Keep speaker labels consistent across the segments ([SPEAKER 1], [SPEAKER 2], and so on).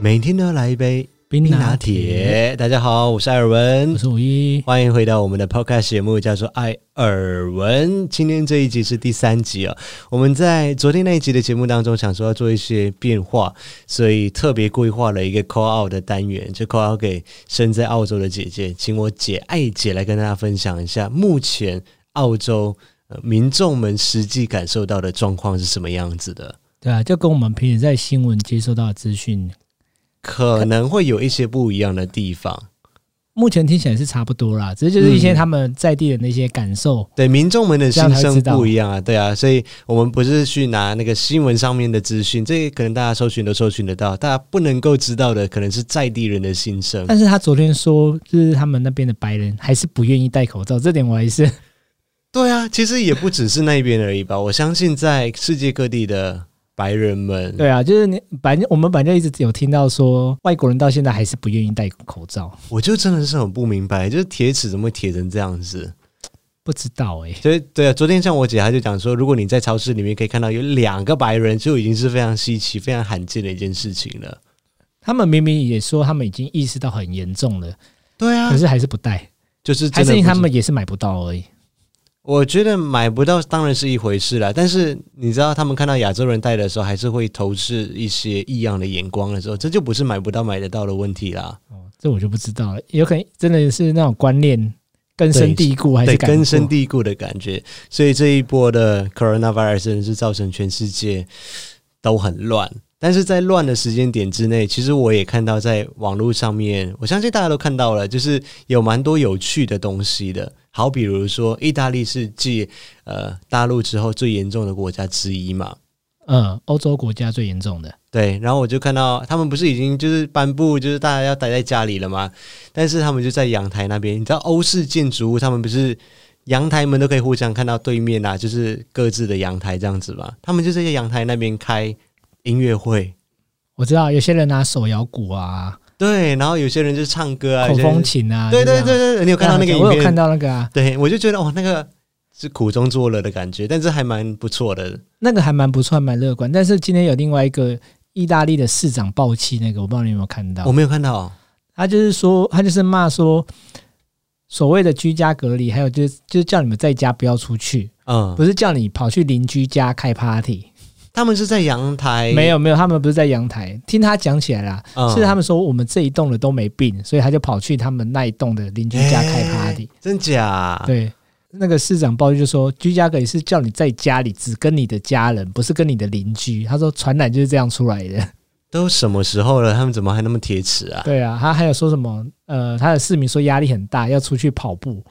[SPEAKER 1] 每天都要来一杯
[SPEAKER 2] 冰
[SPEAKER 1] 冰拿铁。大家好，我是艾尔文
[SPEAKER 2] 我，是五一，
[SPEAKER 1] 欢迎回到我们的 podcast 节目，叫做《艾尔文》。今天这一集是第三集啊。我们在昨天那一集的节目当中，想说要做一些变化，所以特别规划了一个 call out 的单元，就 call out 给身在澳洲的姐姐，请我姐艾姐来跟大家分享一下目前澳洲。呃民众们实际感受到的状况是什么样子的？
[SPEAKER 2] 对啊，就跟我们平时在新闻接收到的资讯，
[SPEAKER 1] 可能会有一些不一样的地方。
[SPEAKER 2] 目前听起来是差不多啦，只是就是一
[SPEAKER 1] 嗯
[SPEAKER 2] 些他们在地的那些感受。
[SPEAKER 1] 对民众们的
[SPEAKER 2] 这样
[SPEAKER 1] 心
[SPEAKER 2] 才
[SPEAKER 1] 声
[SPEAKER 2] 知道
[SPEAKER 1] 不一样啊，对啊，所以我们不是去拿那个新闻上面的资讯，这个可能大家搜寻都搜寻得到，大家不能够知道的可能是在地人的心声。
[SPEAKER 2] 但是他昨天说，就是他们那边的白人还是不愿意戴口罩，这点我还是
[SPEAKER 1] 嗯对啊，其实也不只是那边而已吧，我相信在世界各地的白人们，
[SPEAKER 2] 对啊，就是你反正我们反正一直有听到说，外国人到现在还是不愿意戴口罩，
[SPEAKER 1] 我就真的是很不明白，就是铁齿怎么会铁成这样子？
[SPEAKER 2] 不知道哎、
[SPEAKER 1] 所以对啊，昨天像我姐她就讲说，如果你在超市里面可以看到有两个白人，就已经是非常稀奇、非常罕见的一件事情了。
[SPEAKER 2] 他们明明也说他们已经意识到很严重了，
[SPEAKER 1] 对啊
[SPEAKER 2] 可，是还是不戴，
[SPEAKER 1] 就是
[SPEAKER 2] 还
[SPEAKER 1] 真
[SPEAKER 2] 是
[SPEAKER 1] 的
[SPEAKER 2] 因为
[SPEAKER 1] 不
[SPEAKER 2] 他
[SPEAKER 1] 知
[SPEAKER 2] 们也是买不到而已。
[SPEAKER 1] 我觉得买不到当然是一回事啦，但是你知道他们看到亚洲人戴的时候，还是会投射一些异样的眼光的时候，这就不是买不到买得到的问题啦，
[SPEAKER 2] 哦，这我就不知道了，有可能真的是那种观念根深蒂固，还
[SPEAKER 1] 对，
[SPEAKER 2] 是感
[SPEAKER 1] 根深
[SPEAKER 2] 固
[SPEAKER 1] 蒂固的感觉。所以这一波的 coronavirus 真的是造成全世界都很乱。但是在乱的时间点之内，其实我也看到在网络上面，我相信大家都看到了，就是有蛮多有趣的东西的。好，比如说意大利是继呃大陆之后最严重的国家之一嘛，
[SPEAKER 2] 嗯，欧洲国家最严重的，
[SPEAKER 1] 对，然后我就看到他们不是已经就是颁布，就是大家要待在家里了吗？但是他们就在阳台那边，你知道欧式建筑物，他们不是阳台门都可以互相看到对面啊，就是各自的阳台这样子嘛。他们就在阳台那边开音乐会，
[SPEAKER 2] 我知道有些人拿手摇鼓啊、
[SPEAKER 1] 对，然后有些人就唱歌啊，
[SPEAKER 2] 口
[SPEAKER 1] 有些人
[SPEAKER 2] 风琴啊，
[SPEAKER 1] 对
[SPEAKER 2] 就这
[SPEAKER 1] 对
[SPEAKER 2] 样
[SPEAKER 1] 对，对，对你有看到那个
[SPEAKER 2] 这
[SPEAKER 1] 影
[SPEAKER 2] 样
[SPEAKER 1] 片？
[SPEAKER 2] 我有看到那个啊，
[SPEAKER 1] 对，我就觉得哦哇，那个是苦中作乐的感觉，但是还蛮不错的。
[SPEAKER 2] 那个还蛮不错，还蛮乐观。但是今天有另外一个意大利的市长暴气那个，我不知道你有没有看
[SPEAKER 1] 我
[SPEAKER 2] 到，
[SPEAKER 1] 没有看到，
[SPEAKER 2] 他就是说，他就是骂说。所谓的居家隔离，还有就是就是叫你们在家不要出去，
[SPEAKER 1] 嗯，
[SPEAKER 2] 不是叫你跑去邻居家开 party，、
[SPEAKER 1] 他们是在阳台，
[SPEAKER 2] 没有没有，他们不是在阳台。听他讲起来啦，
[SPEAKER 1] 哎嗯，
[SPEAKER 2] 是他们说我们这一栋的都没病，所以他就跑去他们那一栋的邻居家开
[SPEAKER 1] 哎
[SPEAKER 2] party、
[SPEAKER 1] 真假？
[SPEAKER 2] 对，那个市长暴力就说，居家隔离是叫你在家里只跟你的家人，不是跟你的邻居。他说传染就是这样出来 的。
[SPEAKER 1] 都什么时候了，他们怎么还那么铁齿啊？
[SPEAKER 2] 对啊，他还有说什么？呃，他的市民说压力很大，要出去跑步。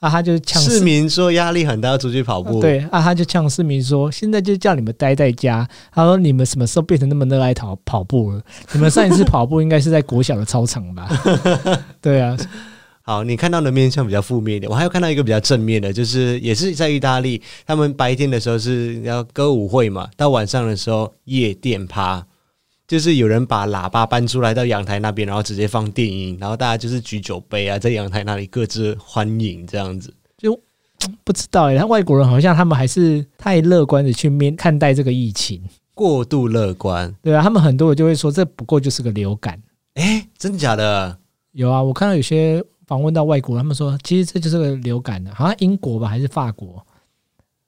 [SPEAKER 2] 啊，他就呛
[SPEAKER 1] 市民说压力很大，要出去跑步。，
[SPEAKER 2] 对啊，他就呛市民说：“现在就叫你们待在家。”他说：“你们什么时候变成那么热爱跑跑步了？你们上一次跑步应该是在国小的操场 吧？”对啊，
[SPEAKER 1] 好，你看到的面相比较负面一点，我还有看到一个比较正面的，就是也是在意大利，他们白天的时候是要歌舞会嘛，到晚上的时候夜店趴。就是有人把喇叭搬出来到阳台那边，然后直接放电音，然后大家就是举酒杯啊，在阳台那里各自欢迎这样子。
[SPEAKER 2] 不知道哎、欸，他外国人好像他们还是太乐观的去面看待这个疫情，
[SPEAKER 1] 过度乐观，
[SPEAKER 2] 对啊，他们很多人就会说这不过就是个流感。
[SPEAKER 1] 诶，真的假的？
[SPEAKER 2] 有啊，我看到有些访问到外国人，他们说其实这就是个流感啊的、好像英国吧还是法国，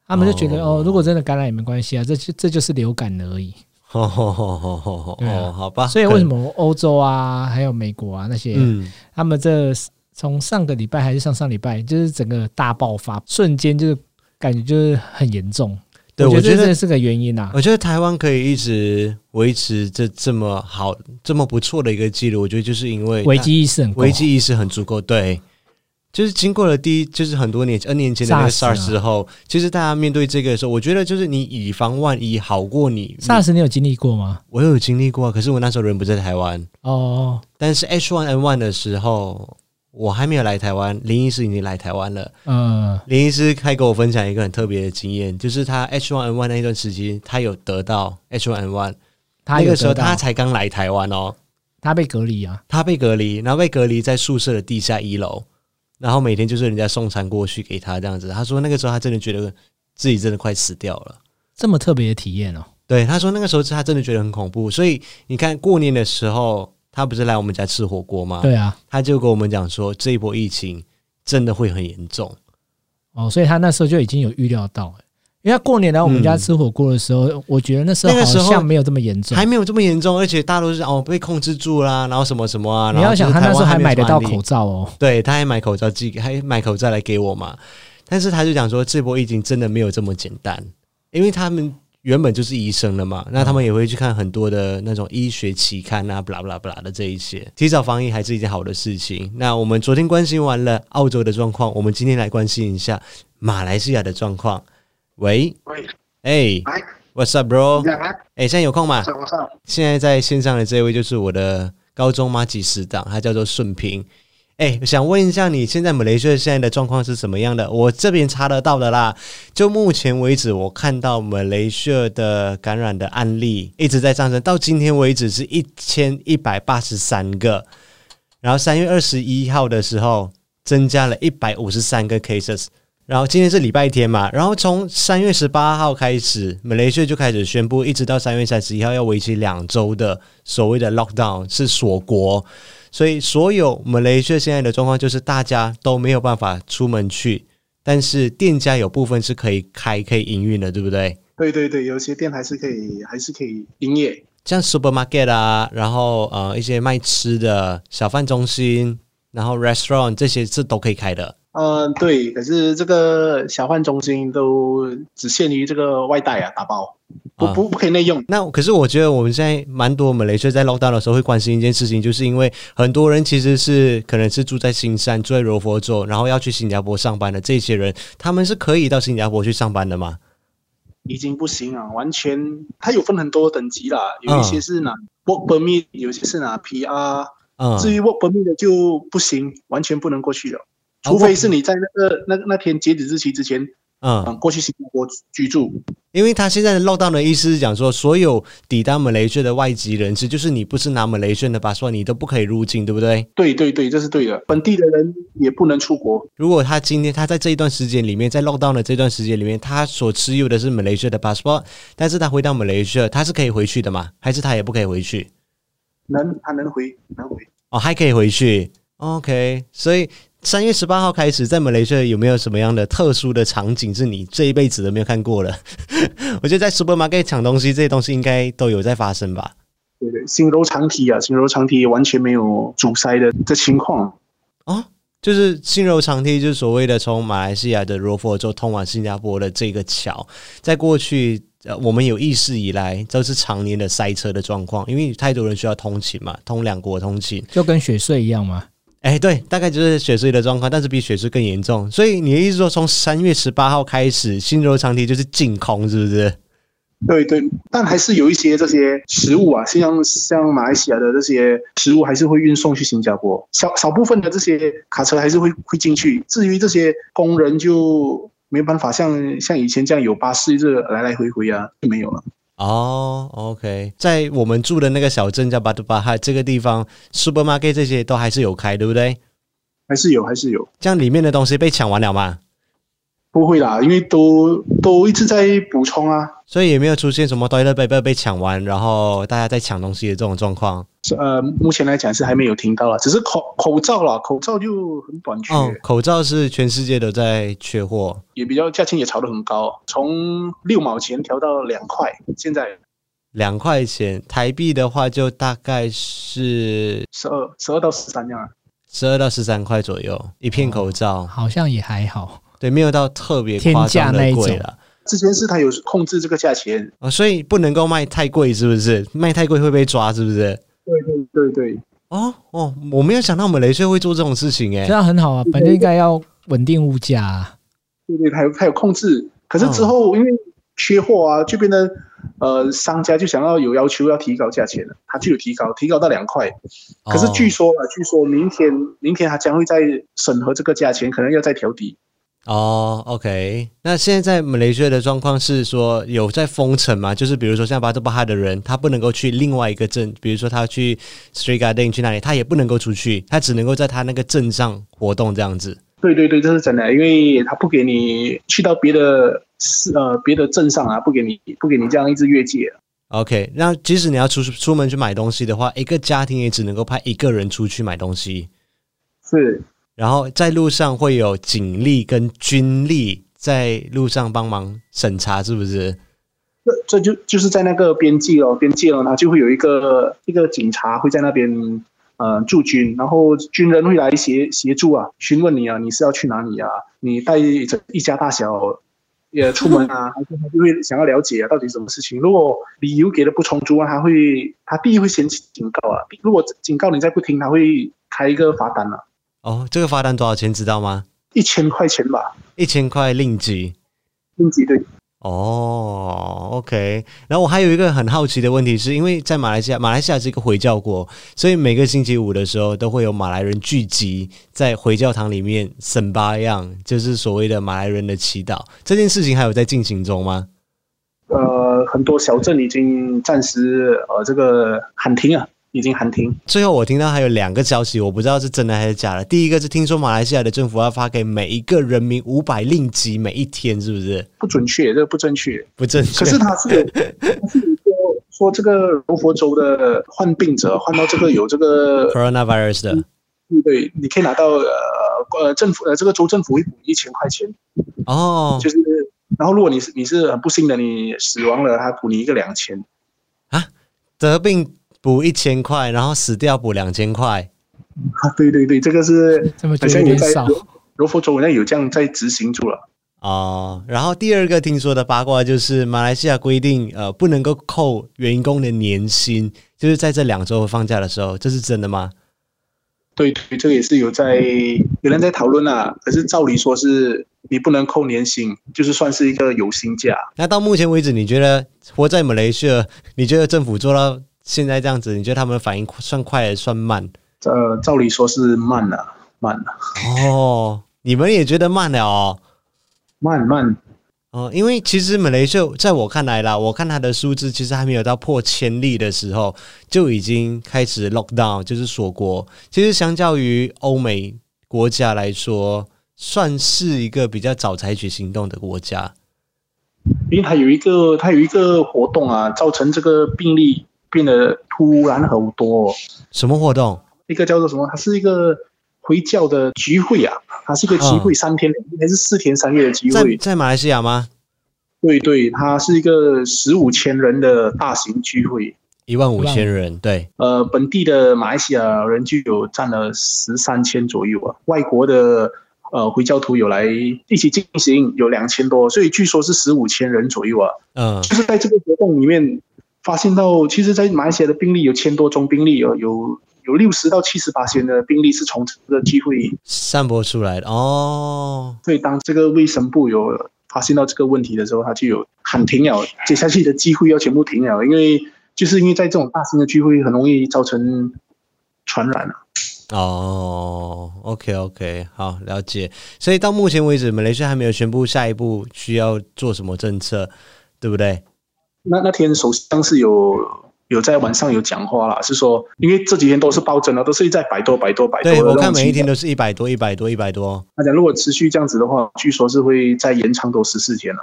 [SPEAKER 2] 他们就觉得
[SPEAKER 1] 哦
[SPEAKER 2] 哦如果真的感染也没关系啊，这就这就是流感而已。
[SPEAKER 1] 吼吼吼吼吼吼
[SPEAKER 2] 对啊
[SPEAKER 1] 哦，好吧。
[SPEAKER 2] 所以为什
[SPEAKER 1] 可能？
[SPEAKER 2] 么欧洲啊，还有美国啊那些，
[SPEAKER 1] 嗯，
[SPEAKER 2] 他们这从上个礼拜还是上上礼拜，就是整个大爆发，瞬间就是感觉就是很严重。
[SPEAKER 1] 对，我
[SPEAKER 2] 觉
[SPEAKER 1] 觉
[SPEAKER 2] 这
[SPEAKER 1] 得
[SPEAKER 2] 真的是个原因啊。
[SPEAKER 1] 我觉得台湾可以一直维持这这么好、这么不错的一个记录，我觉得就是因为
[SPEAKER 2] 危机意识很够
[SPEAKER 1] 危机意识很足够。对，就是经过了第一，就是很多年前 N 年前的那个
[SPEAKER 2] SARS 啊
[SPEAKER 1] SARS 之后，其实大家面对这个的时候，我觉得就是你以防万一好过你。你
[SPEAKER 2] SARS 你有经历过吗？
[SPEAKER 1] 我有经历过啊，可是我那时候人不在台湾，
[SPEAKER 2] 哦，
[SPEAKER 1] 但是 H1N1 的时候。我还没有来台湾，林医师已经来台湾了。
[SPEAKER 2] 呃，
[SPEAKER 1] 林医师还跟我分享一个很特别的经验，就是他 H1N1 那一段时期，他有得到 H1N1，
[SPEAKER 2] 他
[SPEAKER 1] 那
[SPEAKER 2] 有
[SPEAKER 1] 个时候
[SPEAKER 2] 得到
[SPEAKER 1] 他才刚来台湾哦，
[SPEAKER 2] 他被隔离啊，
[SPEAKER 1] 他被隔离，然后被隔离在宿舍的地下一楼，然后每天就是人家送餐过去给他这样子。他说那个时候他真的觉得自己真的快死掉了。
[SPEAKER 2] 这么特别的体验哦。
[SPEAKER 1] 对，他说那个时候他真的觉得很恐怖，所以你看过年的时候，他不是来我们家吃火锅吗？
[SPEAKER 2] 对啊，
[SPEAKER 1] 他就跟我们讲说，这一波疫情真的会很严重。
[SPEAKER 2] 哦，所以他那时候就已经有预料到了，因为他过年来我们家吃火锅的时候，我觉得那时候
[SPEAKER 1] 嗯那
[SPEAKER 2] 好
[SPEAKER 1] 个时候
[SPEAKER 2] 像没有这么严重。
[SPEAKER 1] 还没有这么严重，而且大多是哦被控制住啦，然后什么什么啊，
[SPEAKER 2] 你
[SPEAKER 1] 然
[SPEAKER 2] 要
[SPEAKER 1] 后
[SPEAKER 2] 想，
[SPEAKER 1] 就是
[SPEAKER 2] 他那
[SPEAKER 1] 台
[SPEAKER 2] 时候
[SPEAKER 1] 湾
[SPEAKER 2] 还
[SPEAKER 1] 没有
[SPEAKER 2] 买得到
[SPEAKER 1] 什么案例
[SPEAKER 2] 口罩哦。
[SPEAKER 1] 对，他还买口罩寄，还买口罩来给我嘛。但是他就讲说，这波疫情真的没有这么简单，因为他们原本就是医生了嘛，那他们也会去看很多的那种医学期刊啊，不啦不啦不啦的这一些。提早防疫还是一件好的事情。那我们昨天关心完了澳洲的状况，我们今天来关心一下马来西亚的状况。喂，
[SPEAKER 3] 喂，
[SPEAKER 1] 哎、
[SPEAKER 3] 来，
[SPEAKER 1] w h a t s up,
[SPEAKER 3] 你
[SPEAKER 1] bro？
[SPEAKER 3] 讲啊，
[SPEAKER 1] 哎、现在有空吗？
[SPEAKER 3] 什么上？
[SPEAKER 1] 现在在线上的这位就是我的高中马吉死党，他叫做顺平。哎，我想问一下，你现在马来西亚现在的状况是什么样的？我这边查得到的啦。就目前为止，我看到马来西亚的感染的案例一直在上升，到今天为止是一千一百八十三个。然后三月二十一号的时候，增加了一百五十三个 cases。然后今天是礼拜天嘛，然后从三月十八号开始，马来西亚就开始宣布，一直到三月三十一号要为期两周的所谓的 lockdown 是锁国，所以所有马来西亚现在的状况就是大家都没有办法出门去，但是店家有部分是可以开可以营运的，对不对？
[SPEAKER 3] 对对对，有些店还是可以，还是可以营业。
[SPEAKER 1] 像 supermarket 啊，然后呃一些卖吃的小贩中心，然后 restaurant 这些是都可以开的。
[SPEAKER 3] 嗯，对，可是这个小贩中心都只限于这个外带啊，打包，不
[SPEAKER 1] 啊
[SPEAKER 3] 不不可以内用。
[SPEAKER 1] 那可是我觉得我们现在蛮多马来西亚在 lockdown 的时候会关心一件事情，就是因为很多人其实是可能是住在新山、住在柔佛州，然后要去新加坡上班的这些人，他们是可以到新加坡去上班的吗？
[SPEAKER 3] 已经不行啊，完全它有分很多等级啦，有一些是
[SPEAKER 1] 啊
[SPEAKER 3] 拿 work permit，有些是拿 PR，、
[SPEAKER 1] 嗯，
[SPEAKER 3] 至于 work permit 的就不行，完全不能过去了，
[SPEAKER 1] 啊
[SPEAKER 3] 除非
[SPEAKER 1] work-
[SPEAKER 3] 是你在那个那那天截止日期之前，
[SPEAKER 1] 嗯，
[SPEAKER 3] 嗯，过去新加坡居住。
[SPEAKER 1] 因为他现在的 lockdown 的意思是讲说，所有抵达马来西亚的外籍人士，就是你不是拿马来西亚的 p a s 你都不可以入境，对不对？
[SPEAKER 3] 对对对，这是对的，本地的人也不能出国。
[SPEAKER 1] 如果他今天他在这一段时间里面，在 lockdown 的这段时间里面，他所持有的是马来西亚的 passport，但是他回到马来西亚，他是可以回去的嘛？还是他也不可以回去？
[SPEAKER 3] 能，他能回，能回。
[SPEAKER 1] 哦，还可以回去。OK，所以三月十八号开始，在马来西亚有没有什么样的特殊的场景是你这一辈子都没有看过的？ 我觉得在 supermarket 抢东西这些东西应该都有在发生吧。
[SPEAKER 3] 对对，新柔长体啊，新柔长体完全没有阻塞的这情况。
[SPEAKER 1] 哦，就是新柔长梯，就是所谓的从马来西亚的柔佛州通往新加坡的这个桥，在过去。呃，我们有意识以来都是常年的塞车的状况，因为太多人需要通勤嘛，通两国通勤，
[SPEAKER 2] 就跟雪穗一样嘛，
[SPEAKER 1] 哎，对，大概就是雪隧的状况，但是比雪隧更严重。所以你的意思说，从三月十八号开始，新柔长堤就是净空，是不是？
[SPEAKER 3] 对对，但还是有一些这些食物啊，像像马来西亚的这些食物还是会运送去新加坡，少少部分的这些卡车还是会会进去。至于这些工人就没办法像像以前这样有巴士这来来回回啊，就没有了。
[SPEAKER 1] 哦、o k 在我们住的那个小镇叫巴杜巴哈这个地方，supermarket 这些都还是有开，对不对？
[SPEAKER 3] 还是有，还是有，
[SPEAKER 1] 这样里面的东西被抢完了嘛，
[SPEAKER 3] 不会啦，因为都都一直在补充啊。
[SPEAKER 1] 所以也没有出现什么 toilet paper 被抢完，然后大家在抢东西的这种状况。
[SPEAKER 3] 是呃，目前来讲是还没有听到了，只是口口罩啦，口罩就很短缺。
[SPEAKER 1] 哦，口罩是全世界都在缺货。
[SPEAKER 3] 也比较价钱也炒得很高，从六毛钱调到两块，现在
[SPEAKER 1] 两块钱台币的话，就大概是
[SPEAKER 3] 十二十二到十三样啊。
[SPEAKER 1] 十二到十三块左右一片口罩，
[SPEAKER 2] 好像也还好。
[SPEAKER 1] 对，没有到特别夸
[SPEAKER 2] 哦天价
[SPEAKER 1] 张
[SPEAKER 2] 那
[SPEAKER 1] 的
[SPEAKER 2] 一
[SPEAKER 1] 贵
[SPEAKER 2] 种
[SPEAKER 1] 了。
[SPEAKER 3] 之前是他有控制这个价钱，
[SPEAKER 1] 哦，所以不能够卖太贵，是不是？卖太贵会被抓，是不是？
[SPEAKER 3] 对对对对，
[SPEAKER 1] 哦哦，我没有想到我们雷税会做这种事情哎、
[SPEAKER 2] 这样很好啊，本就应该要稳定物价、啊。
[SPEAKER 3] 对对，他有他有控制。可是之后因为缺货啊，就变得呃商家就想要有要求要提高价钱了，他就有提高，提高到两块。可是据
[SPEAKER 1] 哦
[SPEAKER 3] 说啊，据说明天明天他将会再审核这个价钱，可能要再调低。
[SPEAKER 1] 哦，OK，那现在在马来西亚的状况是说有在封城吗？就是比如说像巴特巴哈的人，他不能够去另外一个镇，比如说他去 Street Garden 去哪里，他也不能够出去，他只能够在他那个镇上活动这样子。
[SPEAKER 3] 对对对，这是真的，因为他不给你去到别的是呃别的镇上啊，不给你不给你这样一直越界、啊。
[SPEAKER 1] OK，那即使你要出出门去买东西的话，一个家庭也只能够派一个人出去买东西，
[SPEAKER 3] 是
[SPEAKER 1] 然后在路上会有警力跟军力在路上帮忙审查，是不是？
[SPEAKER 3] 这这就就是在那个边界哦，边界哦，它就会有一个一个警察会在那边呃驻军，然后军人会来协协助啊，询问你啊，你是要去哪里啊？你带一一家大小也出门啊，还是他就会想要了解啊，到底什么事情？如果理由给的不充足啊，他会他第一会先警告啊，如果警告你再不听，他会开一个罚单啊，
[SPEAKER 1] 哦，这个罚单多少钱知道吗？
[SPEAKER 3] 一千块钱吧，
[SPEAKER 1] 一千块令吉。
[SPEAKER 3] 应急对。
[SPEAKER 1] 哦，OK。然后我还有一个很好奇的问题是，因为在马来西亚，马来西亚是一个回教国，所以每个星期五的时候都会有马来人聚集在回教堂里面审巴样，就是所谓的马来人的祈祷。这件事情还有在进行中吗？
[SPEAKER 3] 呃，很多小镇已经暂时呃这个喊停啊，已经喊停。
[SPEAKER 1] 最后我听到还有两个消息，我不知道是真的还是假的。第一个是听说马来西亚的政府要发给每一个人民五百令吉，每一天是不是
[SPEAKER 3] 不准确，这个不正确。
[SPEAKER 1] 不正确？
[SPEAKER 3] 可是他是有，他是有说说这个柔佛州的患病者患到这个有这个
[SPEAKER 1] coronavirus 的
[SPEAKER 3] 对，你可以拿到呃呃政府呃这个州政府会补一千块钱，
[SPEAKER 1] 哦
[SPEAKER 3] 就是然后如果你是你是很不幸的你死亡了，他补你一个两千，
[SPEAKER 1] 啊，得病补一千块，然后死掉补两千块。
[SPEAKER 3] 啊对对对，这个是
[SPEAKER 2] 这么
[SPEAKER 3] 好
[SPEAKER 2] 觉得
[SPEAKER 3] 像
[SPEAKER 2] 有
[SPEAKER 3] 有
[SPEAKER 2] 点
[SPEAKER 3] 在
[SPEAKER 2] 少。
[SPEAKER 3] 柔柔佛州好像有这样在执行住了，
[SPEAKER 1] 哦，然后第二个听说的八卦就是马来西亚规定，呃，不能够扣员工的年薪，就是在这两周放假的时候，这是真的吗？
[SPEAKER 3] 对对，这个也是有在有人在讨论啊，可是照理说是你不能扣年薪，就是算是一个有薪假。
[SPEAKER 1] 那到目前为止，你觉得活在马来西亚，你觉得政府做到现在这样子，你觉得他们的反应算快还是算慢？
[SPEAKER 3] 呃，照理说是慢了、慢啊了、
[SPEAKER 1] 哦，你们也觉得慢了哦。
[SPEAKER 3] 慢慢，
[SPEAKER 1] 哦，因为其实马来西亚在我看来啦，我看它的数字其实还没有到破千例的时候，就已经开始 lock down，就是锁国。其实相较于欧美国家来说，算是一个比较早采取行动的国家。
[SPEAKER 3] 因为它有一个它有一个活动啊，造成这个病例变得突然很多、哦。
[SPEAKER 1] 什么活动？
[SPEAKER 3] 一个叫做什么？它是一个回教的集会啊，它是一个集会，三天两夜还是四天三夜的集
[SPEAKER 1] 在
[SPEAKER 3] 会？
[SPEAKER 1] 在马来西亚吗？
[SPEAKER 3] 对对，它是一个十五千人的大型聚会。
[SPEAKER 1] 一万五千人，对，
[SPEAKER 3] 呃，本地的马来西亚人就有占了十三千左右啊，外国的呃回教徒有来一起进行，有两千多，所以据说是十五千人左右啊。
[SPEAKER 1] 嗯，
[SPEAKER 3] 就是在这个活动里面发现到，其实，在马来西亚的病例有千多宗病例，有有有六十到七十八的病例是从这个机会，
[SPEAKER 1] 散播出来的哦。
[SPEAKER 3] 所以当这个卫生部有发现到这个问题的时候，他就有喊停了，接下去的机会要全部停了，因为就是因为在这种大型的聚会很容易造成传染啊。
[SPEAKER 1] 哦，OK OK，好了解。所以到目前为止，马来西亚还没有宣布下一步需要做什么政策，对不对？
[SPEAKER 3] 那那天首相是有。有在晚上有讲话啦，是说因为这几天都是暴增了，都是在百多、百多、百多的
[SPEAKER 1] 对
[SPEAKER 3] 那种情况。
[SPEAKER 1] 我看每一天都是一百多、一百多、一百多。
[SPEAKER 3] 他讲，如果持续这样子的话，据说是会再延长多十四天了。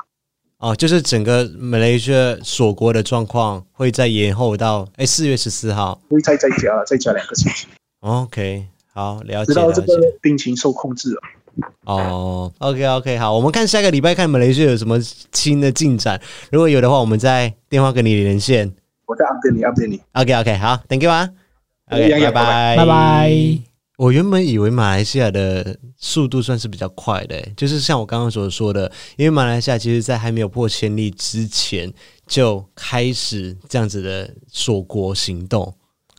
[SPEAKER 1] 哦，就是整个马来西亚锁国的状况会再延后到哎四月十四号。
[SPEAKER 3] 会再再加再加两个星期，
[SPEAKER 1] OK，好，了
[SPEAKER 3] 直
[SPEAKER 1] 解
[SPEAKER 3] 到
[SPEAKER 1] 了
[SPEAKER 3] 这
[SPEAKER 1] 解。
[SPEAKER 3] 个病情受控制啊了。
[SPEAKER 1] 哦，OK OK，好，我们看下个礼拜看马来西亚有什么新的进展，如果有的话，我们再电话跟你连线。
[SPEAKER 3] 我再 update 你，update 你。
[SPEAKER 1] OK OK，好，Thank you 啊
[SPEAKER 3] 哎一样一
[SPEAKER 1] ，OK，拜拜，
[SPEAKER 3] 样
[SPEAKER 2] 拜拜。
[SPEAKER 1] 我原本以为马来西亚的速度算是比较快的、欸就是像我刚刚所说的，因为马来西亚其实在还没有破千例之前就开始这样子的锁国行动。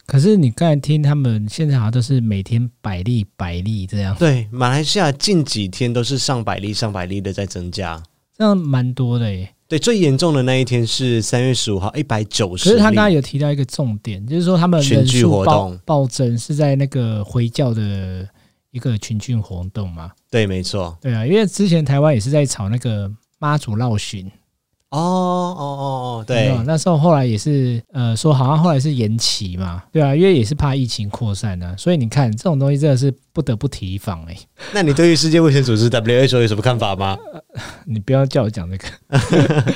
[SPEAKER 2] 可是你刚才听他们现在好像都是每天百例百例这样，
[SPEAKER 1] 对，马来西亚近几天都是上百例、上百例的在增加。
[SPEAKER 2] 这样蛮多的耶。
[SPEAKER 1] 对，最严重的那一天是三月十五号，一百九
[SPEAKER 2] 可
[SPEAKER 1] 十。
[SPEAKER 2] 是他刚刚有提到一个重点，就是说他们
[SPEAKER 1] 群
[SPEAKER 2] 人
[SPEAKER 1] 聚
[SPEAKER 2] 数
[SPEAKER 1] 活
[SPEAKER 2] 暴
[SPEAKER 1] 动
[SPEAKER 2] 暴增是在那个回教的一个群聚活动嘛？
[SPEAKER 1] 对，没错。
[SPEAKER 2] 对啊，因为之前台湾也是在炒那个妈祖绕巡，
[SPEAKER 1] 哦哦哦哦，对
[SPEAKER 2] 有没有，那时候后来也是呃说好像后来是延期嘛，对啊，因为也是怕疫情扩散啊，所以你看这种东西真的是不得不提防哎、
[SPEAKER 1] 那你对于世界卫生组织 WHO 有什么看法吗？
[SPEAKER 2] 你不要叫我讲这个，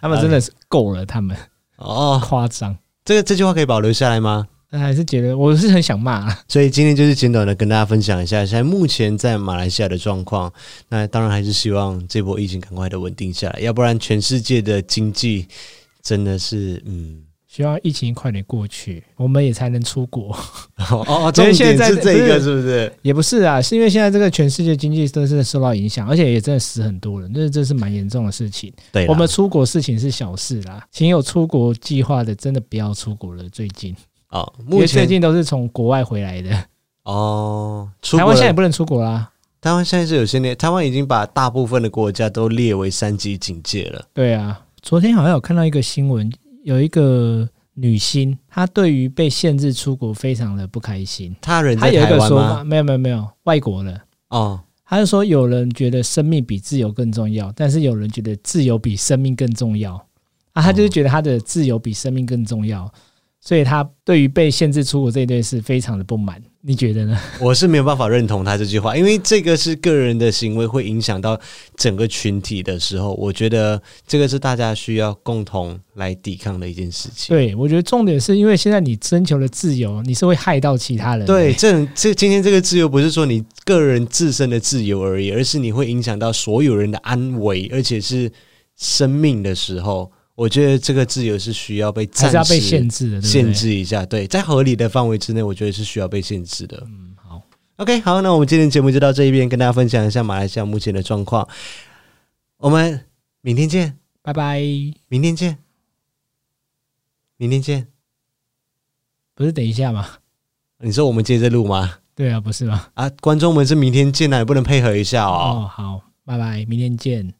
[SPEAKER 2] 他们真的是够了，他们
[SPEAKER 1] 哦，
[SPEAKER 2] 夸张，
[SPEAKER 1] 这个这句话可以保留下来吗？
[SPEAKER 2] 但还是觉得我是很想骂啊，
[SPEAKER 1] 所以今天就是简短的跟大家分享一下现在目前在马来西亚的状况。那当然还是希望这波疫情赶快的稳定下来，要不然全世界的经济真的是 嗯。
[SPEAKER 2] 希望疫情快点过去，我们也才能出国。
[SPEAKER 1] 哦哦，
[SPEAKER 2] 因
[SPEAKER 1] 重
[SPEAKER 2] 为现
[SPEAKER 1] 点
[SPEAKER 2] 在
[SPEAKER 1] 是这一个
[SPEAKER 2] 不是
[SPEAKER 1] 是不是？
[SPEAKER 2] 也不是啊，是因为现在这个全世界经济都是受到影响，而且也真的死很多人，这这是蛮严重的事情。
[SPEAKER 1] 对啦，
[SPEAKER 2] 我们出国事情是小事啦，请有出国计划的真的不要出国了。最近，
[SPEAKER 1] 哦，
[SPEAKER 2] 因
[SPEAKER 1] 目
[SPEAKER 2] 为最
[SPEAKER 1] 前
[SPEAKER 2] 近都是从国外回来的，
[SPEAKER 1] 哦，出
[SPEAKER 2] 台
[SPEAKER 1] 国
[SPEAKER 2] 湾现在也
[SPEAKER 1] 了
[SPEAKER 2] 不能出国啦。
[SPEAKER 1] 台湾现在是有些列，台湾已经把大部分的国家都列为三级警戒了。
[SPEAKER 2] 对啊，昨天好像有看到一个新闻，有一个女星，她对于被限制出国非常的不开心。
[SPEAKER 1] 他人
[SPEAKER 2] 她
[SPEAKER 1] 在
[SPEAKER 2] 有一
[SPEAKER 1] 台
[SPEAKER 2] 个
[SPEAKER 1] 湾
[SPEAKER 2] 说
[SPEAKER 1] 吗
[SPEAKER 2] 法，？没有没有没有，外国人。
[SPEAKER 1] 哦，
[SPEAKER 2] 他就说，有人觉得生命比自由更重要，但是有人觉得自由比生命更重要啊。他就是觉得他的自由比生命更重要，所以他对于被限制出国这一对是非常的不满。你觉得呢？
[SPEAKER 1] 我是没有办法认同他这句话，因为这个是个人的行为会影响到整个群体的时候，我觉得这个是大家需要共同来抵抗的一件事情。
[SPEAKER 2] 对，我觉得重点是因为现在你征求了自由，你是会害到其他人的。
[SPEAKER 1] 对，这这今天这个自由不是说你个人自身的自由而已，而是你会影响到所有人的安危，而且是生命的时候，我觉得这个自由是需要被
[SPEAKER 2] 还
[SPEAKER 1] 暂
[SPEAKER 2] 是
[SPEAKER 1] 时
[SPEAKER 2] 要被限制的，对不对
[SPEAKER 1] 限。制一下。对，在合理的范围之内，我觉得是需要被限制的。
[SPEAKER 2] 嗯，好，
[SPEAKER 1] OK，好，那我们今天节目就到这一边，跟大家分享一下马来西亚目前的状况。我们明天见，
[SPEAKER 2] 拜拜。
[SPEAKER 1] 明天见，明天见。
[SPEAKER 2] 不是等一下吗？
[SPEAKER 1] 你说我们接着录吗？
[SPEAKER 2] 对啊，不是吗？
[SPEAKER 1] 啊，观众们是明天见啊，也不能配合一下哦
[SPEAKER 2] 哦，好，拜拜，明天见。